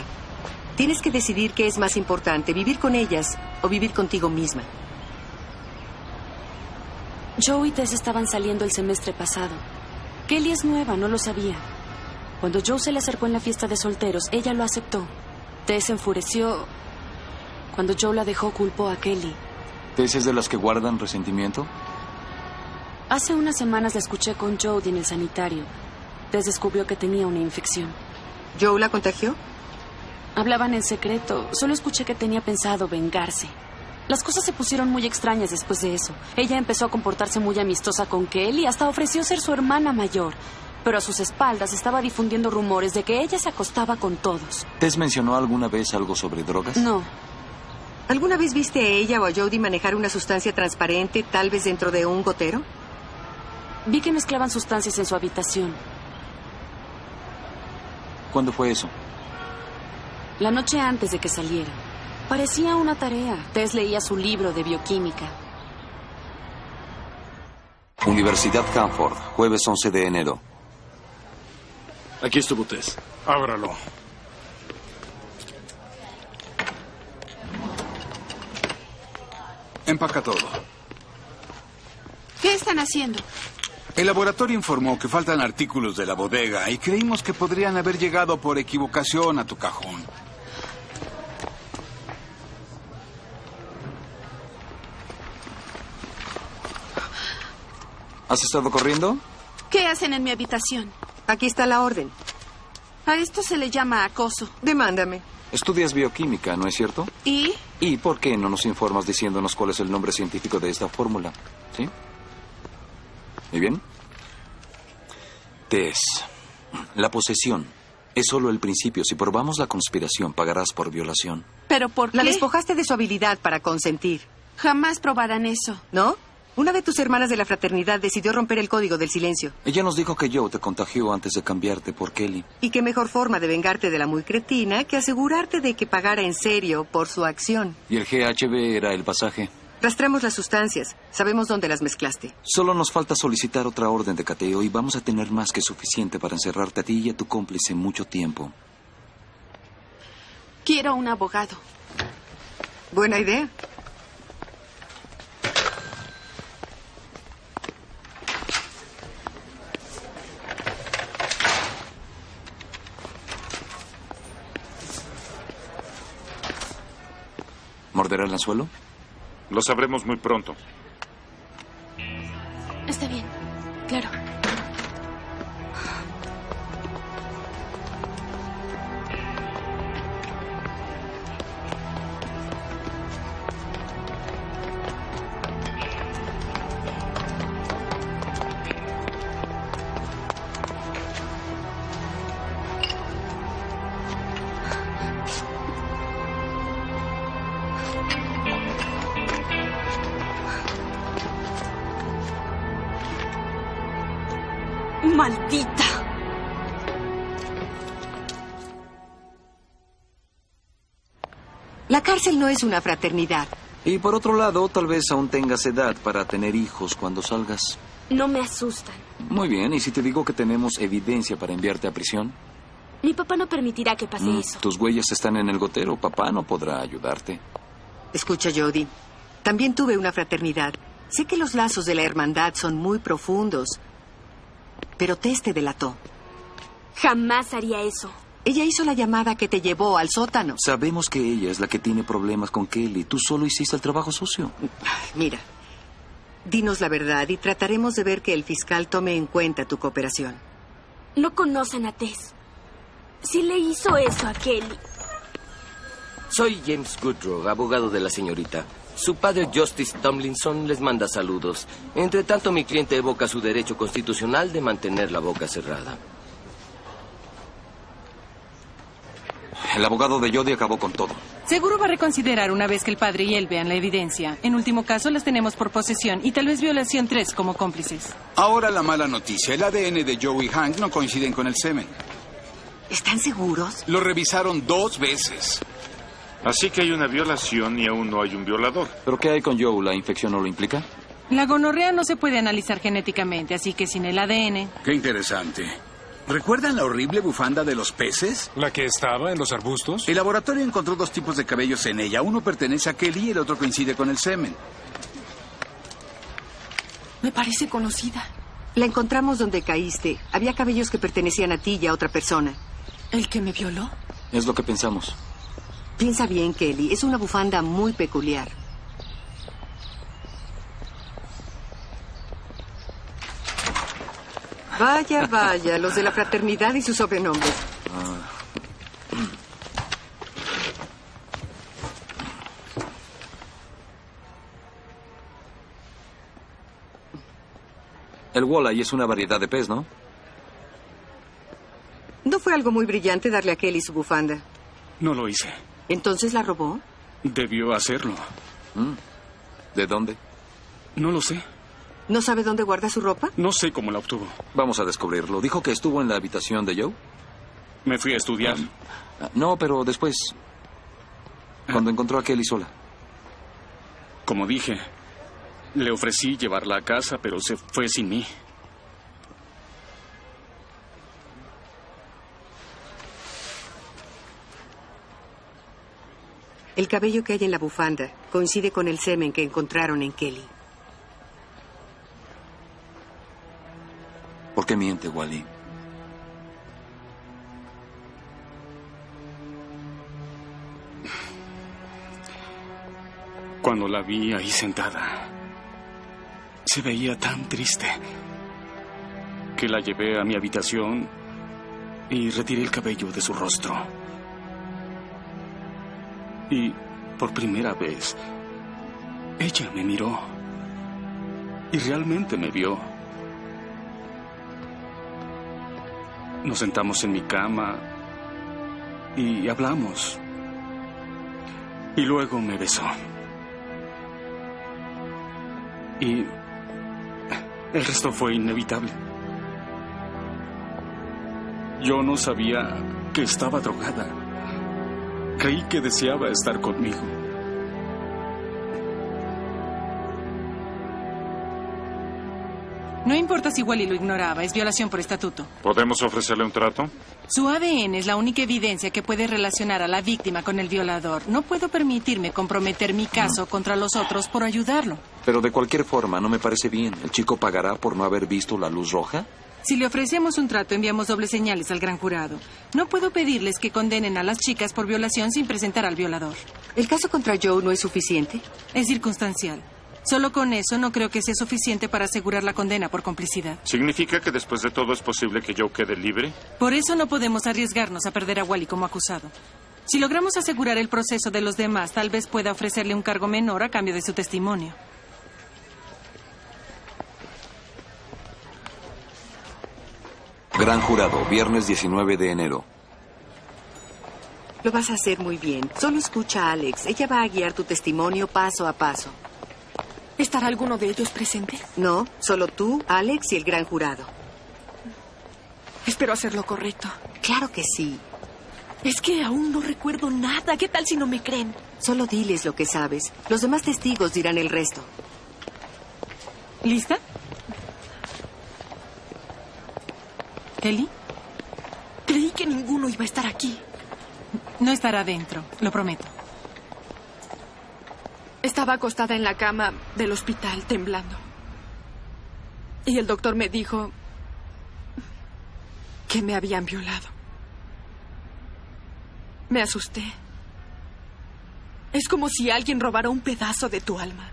Speaker 6: Tienes que decidir qué es más importante, vivir con ellas o vivir contigo misma.
Speaker 8: Joe y Tess estaban saliendo el semestre pasado. Kelly es nueva, no lo sabía. Cuando Joe se le acercó en la fiesta de solteros, ella lo aceptó. Tess se enfureció. Cuando Joe la dejó, culpó a Kelly.
Speaker 5: ¿Tess es de las que guardan resentimiento?
Speaker 8: Hace unas semanas la escuché con Jody en el sanitario. Tess descubrió que tenía una infección.
Speaker 6: ¿Joe la contagió?
Speaker 8: Hablaban en secreto. Solo escuché que tenía pensado vengarse. Las cosas se pusieron muy extrañas después de eso. Ella empezó a comportarse muy amistosa con Kelly, hasta ofreció ser su hermana mayor. Pero a sus espaldas estaba difundiendo rumores de que ella se acostaba con todos.
Speaker 5: ¿Tess mencionó alguna vez algo sobre drogas?
Speaker 8: No.
Speaker 6: ¿Alguna vez viste a ella o a Jody manejar una sustancia transparente, tal vez dentro de un gotero?
Speaker 8: Vi que mezclaban sustancias en su habitación.
Speaker 5: ¿Cuándo fue eso?
Speaker 8: La noche antes de que saliera. Parecía una tarea. Tess leía su libro de bioquímica.
Speaker 5: Universidad Hanford, jueves 11 de enero.
Speaker 19: Aquí estuvo Tess.
Speaker 9: Ábralo.
Speaker 15: Empaca todo.
Speaker 7: ¿Qué están haciendo?
Speaker 15: El laboratorio informó que faltan artículos de la bodega y creímos que podrían haber llegado por equivocación a tu cajón.
Speaker 5: ¿Has estado corriendo?
Speaker 7: ¿Qué hacen en mi habitación?
Speaker 6: Aquí está la orden.
Speaker 7: A esto se le llama acoso.
Speaker 6: Demándame.
Speaker 5: Estudias bioquímica, ¿no es cierto?
Speaker 7: ¿Y?
Speaker 5: ¿Y por qué no nos informas diciéndonos cuál es el nombre científico de esta fórmula? ¿Sí? ¿Muy bien? Tess, la posesión es solo el principio. Si probamos la conspiración, pagarás por violación.
Speaker 7: ¿Pero por
Speaker 6: La
Speaker 7: qué?
Speaker 6: despojaste de su habilidad para consentir,
Speaker 7: Jamás probarán eso.
Speaker 6: ¿no? Una de tus hermanas de la fraternidad decidió romper el código del silencio.
Speaker 5: Ella nos dijo que Joe te contagió antes de cambiarte por Kelly.
Speaker 6: Y qué mejor forma de vengarte de la muy cretina que asegurarte de que pagara en serio por su acción.
Speaker 5: Y el GHB era el pasaje.
Speaker 6: Rastremos las sustancias. Sabemos dónde las mezclaste.
Speaker 5: Solo nos falta solicitar otra orden de cateo y vamos a tener más que suficiente para encerrarte a ti y a tu cómplice mucho tiempo.
Speaker 7: Quiero un abogado.
Speaker 6: Buena idea.
Speaker 5: ¿Morderá el anzuelo?
Speaker 20: Lo sabremos muy pronto.
Speaker 26: Está bien, claro.
Speaker 8: ¡Maldita!
Speaker 6: La cárcel no es una fraternidad.
Speaker 5: Y por otro lado, tal vez aún tengas edad para tener hijos cuando salgas.
Speaker 26: No me asustan.
Speaker 5: Muy bien, ¿y si te digo que tenemos evidencia para enviarte a prisión?
Speaker 26: Mi papá no permitirá que pase
Speaker 5: Mm,
Speaker 26: eso.
Speaker 5: Tus huellas están en el gotero, papá no podrá ayudarte.
Speaker 6: Escucha, Jody. También tuve una fraternidad. Sé que los lazos de la hermandad son muy profundos, pero Tess te delató.
Speaker 26: Jamás haría eso.
Speaker 6: Ella hizo la llamada que te llevó al sótano.
Speaker 5: Sabemos que ella es la que tiene problemas con Kelly. Tú solo hiciste el trabajo sucio.
Speaker 6: Mira, dinos la verdad y trataremos de ver que el fiscal tome en cuenta tu cooperación.
Speaker 26: No conocen a Tess. Si le hizo eso a Kelly.
Speaker 23: Soy James Goodrow, abogado de la señorita. Su padre, Justice Tomlinson, les manda saludos. Entre tanto, mi cliente evoca su derecho constitucional de mantener la boca cerrada.
Speaker 5: El abogado de Jody acabó con todo.
Speaker 24: Seguro va a reconsiderar una vez que el padre y él vean la evidencia. En último caso, las tenemos por posesión y tal vez violación 3 como cómplices.
Speaker 15: Ahora la mala noticia. El ADN de Joe y Hank no coinciden con el semen.
Speaker 6: ¿Están seguros?
Speaker 15: Lo revisaron dos veces.
Speaker 20: Así que hay una violación y aún no hay un violador.
Speaker 5: ¿Pero qué hay con Joe? ¿La infección no lo implica?
Speaker 24: La gonorrea no se puede analizar genéticamente, así que sin el ADN.
Speaker 15: Qué interesante. ¿Recuerdan la horrible bufanda de los peces? ¿La que estaba en los arbustos? El laboratorio encontró dos tipos de cabellos en ella. Uno pertenece a Kelly y el otro coincide con el semen.
Speaker 6: Me parece conocida. La encontramos donde caíste. Había cabellos que pertenecían a ti y a otra persona. ¿El que me violó?
Speaker 5: Es lo que pensamos.
Speaker 6: Piensa bien, Kelly. Es una bufanda muy peculiar. Vaya, vaya, los de la fraternidad y sus sobrenombres.
Speaker 5: El Walleye es una variedad de pez, ¿no?
Speaker 6: No fue algo muy brillante darle a Kelly su bufanda.
Speaker 25: No lo hice.
Speaker 6: ¿Entonces la robó?
Speaker 25: Debió hacerlo.
Speaker 5: Mm. ¿De dónde?
Speaker 25: No lo sé.
Speaker 6: ¿No sabe dónde guarda su ropa?
Speaker 25: No sé cómo la obtuvo.
Speaker 5: Vamos a descubrirlo. ¿Dijo que estuvo en la habitación de Joe?
Speaker 25: Me fui a estudiar.
Speaker 5: Ah, No, pero después. Cuando encontró a Kelly sola.
Speaker 25: Como dije, le ofrecí llevarla a casa, pero se fue sin mí.
Speaker 6: El cabello que hay en la bufanda coincide con el semen que encontraron en Kelly.
Speaker 5: ¿Por qué miente, Wally?
Speaker 25: Cuando la vi ahí sentada, se veía tan triste que la llevé a mi habitación y retiré el cabello de su rostro. Y por primera vez, ella me miró y realmente me vio. Nos sentamos en mi cama y hablamos. Y luego me besó. Y el resto fue inevitable. Yo no sabía que estaba drogada. Creí que deseaba estar conmigo.
Speaker 24: No importa si Wally lo ignoraba, es violación por estatuto.
Speaker 20: ¿Podemos ofrecerle un trato?
Speaker 24: Su ADN es la única evidencia que puede relacionar a la víctima con el violador. No puedo permitirme comprometer mi caso contra los otros por ayudarlo.
Speaker 5: Pero de cualquier forma, no me parece bien. ¿El chico pagará por no haber visto la luz roja?
Speaker 24: Si le ofrecemos un trato, enviamos dobles señales al gran jurado. No puedo pedirles que condenen a las chicas por violación sin presentar al violador.
Speaker 6: ¿El caso contra Joe no es suficiente?
Speaker 24: Es circunstancial. Solo con eso no creo que sea suficiente para asegurar la condena por complicidad.
Speaker 20: ¿Significa que después de todo es posible que yo quede libre?
Speaker 24: Por eso no podemos arriesgarnos a perder a Wally como acusado. Si logramos asegurar el proceso de los demás, tal vez pueda ofrecerle un cargo menor a cambio de su testimonio.
Speaker 5: Gran jurado, viernes 19 de enero.
Speaker 6: Lo vas a hacer muy bien. Solo escucha a Alex. Ella va a guiar tu testimonio paso a paso.
Speaker 18: ¿Estará alguno de ellos presente?
Speaker 6: No, solo tú, Alex y el gran jurado.
Speaker 18: Espero hacer lo correcto.
Speaker 6: Claro que sí.
Speaker 18: Es que aún no recuerdo nada. ¿Qué tal si no me creen?
Speaker 6: Solo diles lo que sabes. Los demás testigos dirán el resto.
Speaker 24: ¿Lista? ¿Eli?
Speaker 18: Creí que ninguno iba a estar aquí.
Speaker 24: No estará dentro, lo prometo.
Speaker 18: Estaba acostada en la cama del hospital temblando. Y el doctor me dijo que me habían violado. Me asusté. Es como si alguien robara un pedazo de tu alma.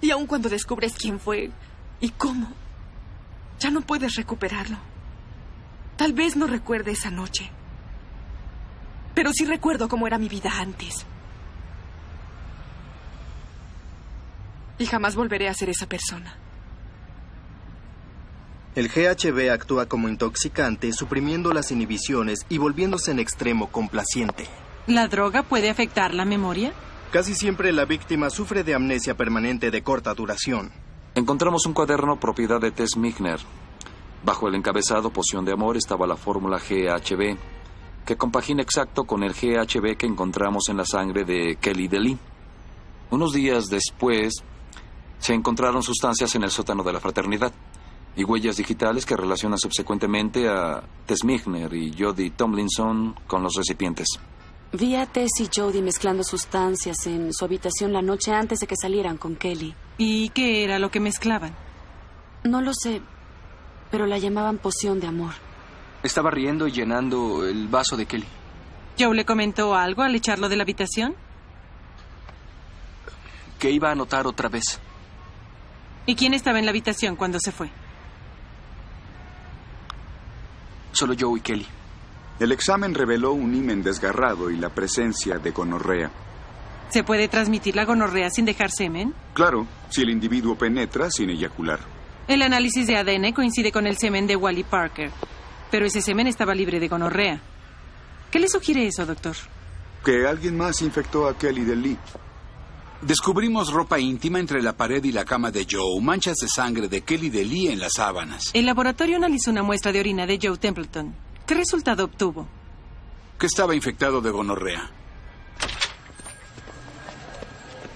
Speaker 18: Y aun cuando descubres quién fue y cómo, ya no puedes recuperarlo. Tal vez no recuerde esa noche. Pero sí recuerdo cómo era mi vida antes. Y jamás volveré a ser esa persona.
Speaker 4: El GHB actúa como intoxicante, suprimiendo las inhibiciones y volviéndose en extremo complaciente.
Speaker 24: ¿La droga puede afectar la memoria?
Speaker 4: Casi siempre la víctima sufre de amnesia permanente de corta duración.
Speaker 5: Encontramos un cuaderno propiedad de Tess Migner. Bajo el encabezado Poción de Amor estaba la fórmula GHB, que compagina exacto con el GHB que encontramos en la sangre de Kelly Deli. Unos días después, se encontraron sustancias en el sótano de la fraternidad y huellas digitales que relacionan subsecuentemente a Tess Migner y Jody Tomlinson con los recipientes.
Speaker 8: Vi a Tess y Jody mezclando sustancias en su habitación la noche antes de que salieran con Kelly.
Speaker 24: ¿Y qué era lo que mezclaban?
Speaker 8: No lo sé, pero la llamaban poción de amor.
Speaker 22: Estaba riendo y llenando el vaso de Kelly.
Speaker 24: ¿Joe le comentó algo al echarlo de la habitación?
Speaker 22: Que iba a anotar otra vez.
Speaker 24: ¿Y quién estaba en la habitación cuando se fue?
Speaker 22: Solo Joe y Kelly.
Speaker 2: El examen reveló un himen desgarrado y la presencia de gonorrea.
Speaker 24: ¿Se puede transmitir la gonorrea sin dejar semen?
Speaker 2: Claro, si el individuo penetra sin eyacular.
Speaker 24: El análisis de ADN coincide con el semen de Wally Parker, pero ese semen estaba libre de gonorrea. ¿Qué le sugiere eso, doctor?
Speaker 2: Que alguien más infectó a Kelly del Lee.
Speaker 15: Descubrimos ropa íntima entre la pared y la cama de Joe, manchas de sangre de Kelly de Lee en las sábanas.
Speaker 24: El laboratorio analizó una muestra de orina de Joe Templeton. ¿Qué resultado obtuvo?
Speaker 15: Que estaba infectado de gonorrea.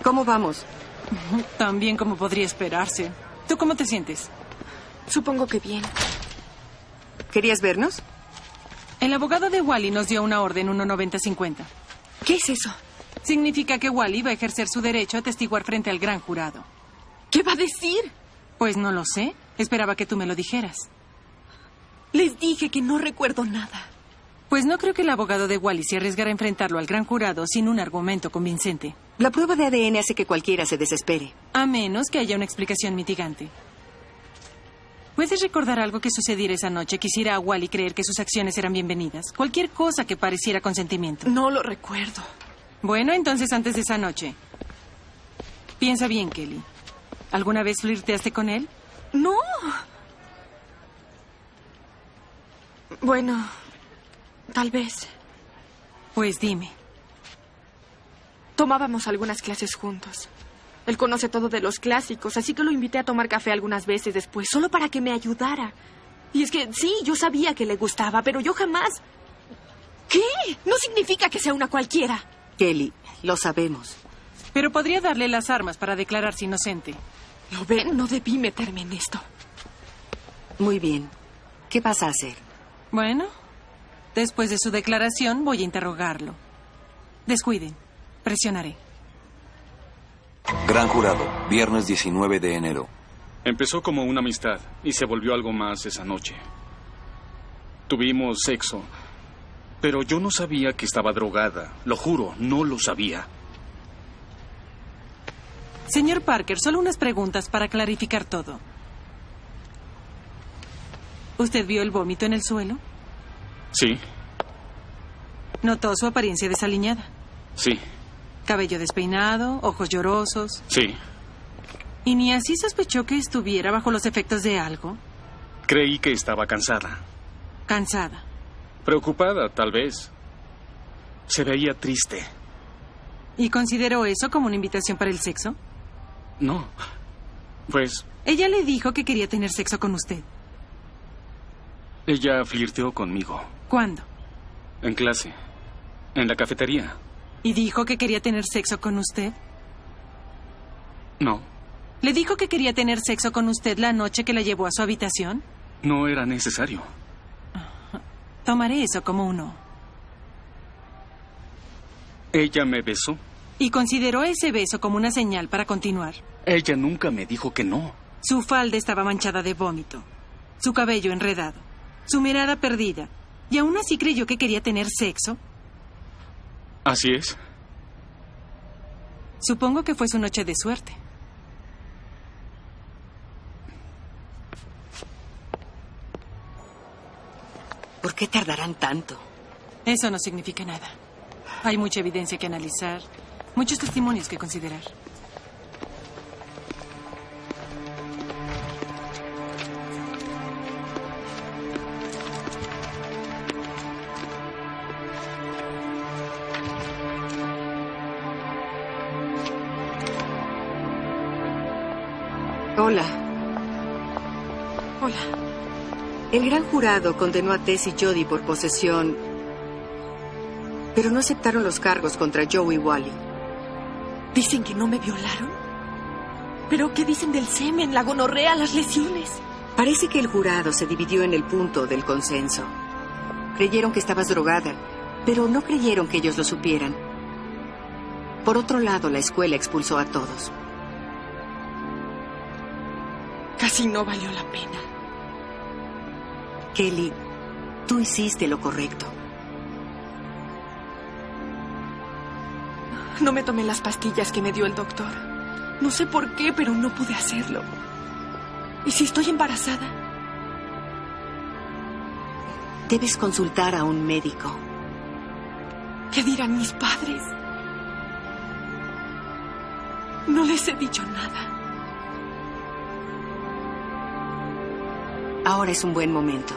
Speaker 6: ¿Cómo vamos?
Speaker 24: Tan bien como podría esperarse. ¿Tú cómo te sientes?
Speaker 18: Supongo que bien.
Speaker 6: ¿Querías vernos?
Speaker 24: El abogado de Wally nos dio una orden 19050.
Speaker 18: ¿Qué es eso?
Speaker 24: Significa que Wally va a ejercer su derecho a testiguar frente al gran jurado.
Speaker 18: ¿Qué va a decir?
Speaker 24: Pues no lo sé. Esperaba que tú me lo dijeras.
Speaker 18: Les dije que no recuerdo nada.
Speaker 24: Pues no creo que el abogado de Wally se arriesgara a enfrentarlo al gran jurado sin un argumento convincente.
Speaker 6: La prueba de ADN hace que cualquiera se desespere.
Speaker 24: A menos que haya una explicación mitigante. ¿Puedes recordar algo que sucediera esa noche? Quisiera a Wally creer que sus acciones eran bienvenidas. Cualquier cosa que pareciera consentimiento.
Speaker 18: No lo recuerdo.
Speaker 24: Bueno, entonces antes de esa noche. Piensa bien, Kelly. ¿Alguna vez flirteaste con él?
Speaker 18: No. Bueno, tal vez.
Speaker 24: Pues dime.
Speaker 18: Tomábamos algunas clases juntos. Él conoce todo de los clásicos, así que lo invité a tomar café algunas veces después, solo para que me ayudara. Y es que sí, yo sabía que le gustaba, pero yo jamás... ¿Qué? No significa que sea una cualquiera.
Speaker 6: Kelly, lo sabemos.
Speaker 24: Pero podría darle las armas para declararse inocente.
Speaker 18: ¿Lo ven? No debí meterme en esto.
Speaker 6: Muy bien. ¿Qué vas a hacer?
Speaker 24: Bueno, después de su declaración voy a interrogarlo. Descuiden. Presionaré.
Speaker 5: Gran jurado, viernes 19 de enero.
Speaker 25: Empezó como una amistad y se volvió algo más esa noche. Tuvimos sexo Pero yo no sabía que estaba drogada. Lo juro, no lo sabía.
Speaker 24: Señor Parker, solo unas preguntas para clarificar todo. ¿Usted vio el vómito en el suelo?
Speaker 25: Sí,
Speaker 24: ¿Notó su apariencia desaliñada?
Speaker 25: sí,
Speaker 24: Cabello despeinado, ojos llorosos.
Speaker 25: sí.
Speaker 24: ¿Y ni así sospechó que estuviera bajo los efectos de algo?
Speaker 25: Creí que estaba cansada.
Speaker 24: Cansada.
Speaker 25: Preocupada, tal vez. Se veía triste.
Speaker 24: ¿Y consideró eso como una invitación para el sexo?
Speaker 25: No. Pues
Speaker 24: Ella le dijo que quería tener sexo con usted.
Speaker 25: ella flirteó conmigo.
Speaker 24: ¿Cuándo?
Speaker 25: En clase. En la cafetería.
Speaker 24: ¿Y dijo que quería tener sexo con usted?
Speaker 25: No,
Speaker 24: ¿Le dijo que quería tener sexo con usted la noche que la llevó a su habitación?
Speaker 25: no era necesario.
Speaker 24: Tomaré eso como uno.
Speaker 25: Ella me besó.
Speaker 24: ¿Y consideró ese beso como una señal para continuar?
Speaker 25: Ella nunca me dijo que no.
Speaker 24: Su falda estaba manchada de vómito, su cabello enredado, su mirada perdida, y aún así creyó que quería tener sexo.
Speaker 25: Así es.
Speaker 24: Supongo que fue su noche de suerte.
Speaker 6: ¿Por qué tardarán tanto?
Speaker 24: Eso no significa nada. Hay mucha evidencia que analizar, muchos testimonios que considerar.
Speaker 6: Hola.
Speaker 18: Hola.
Speaker 6: El gran jurado condenó a Tess y Jody por posesión, pero no aceptaron los cargos contra Joe y Wally.
Speaker 18: ¿Dicen que no me violaron? ¿Pero qué dicen del semen, la gonorrea, las lesiones?
Speaker 6: Parece que el jurado se dividió en el punto del consenso. Creyeron que estabas drogada, pero no creyeron que ellos lo supieran. Por otro lado, la escuela expulsó a todos.
Speaker 18: Casi no valió la pena.
Speaker 6: Kelly, tú hiciste lo correcto.
Speaker 18: No me tomé las pastillas que me dio el doctor. No sé por qué, pero no pude hacerlo. ¿Y si estoy embarazada?
Speaker 6: Debes consultar a un médico.
Speaker 18: ¿Qué dirán mis padres? No les he dicho nada.
Speaker 6: Ahora es un buen momento.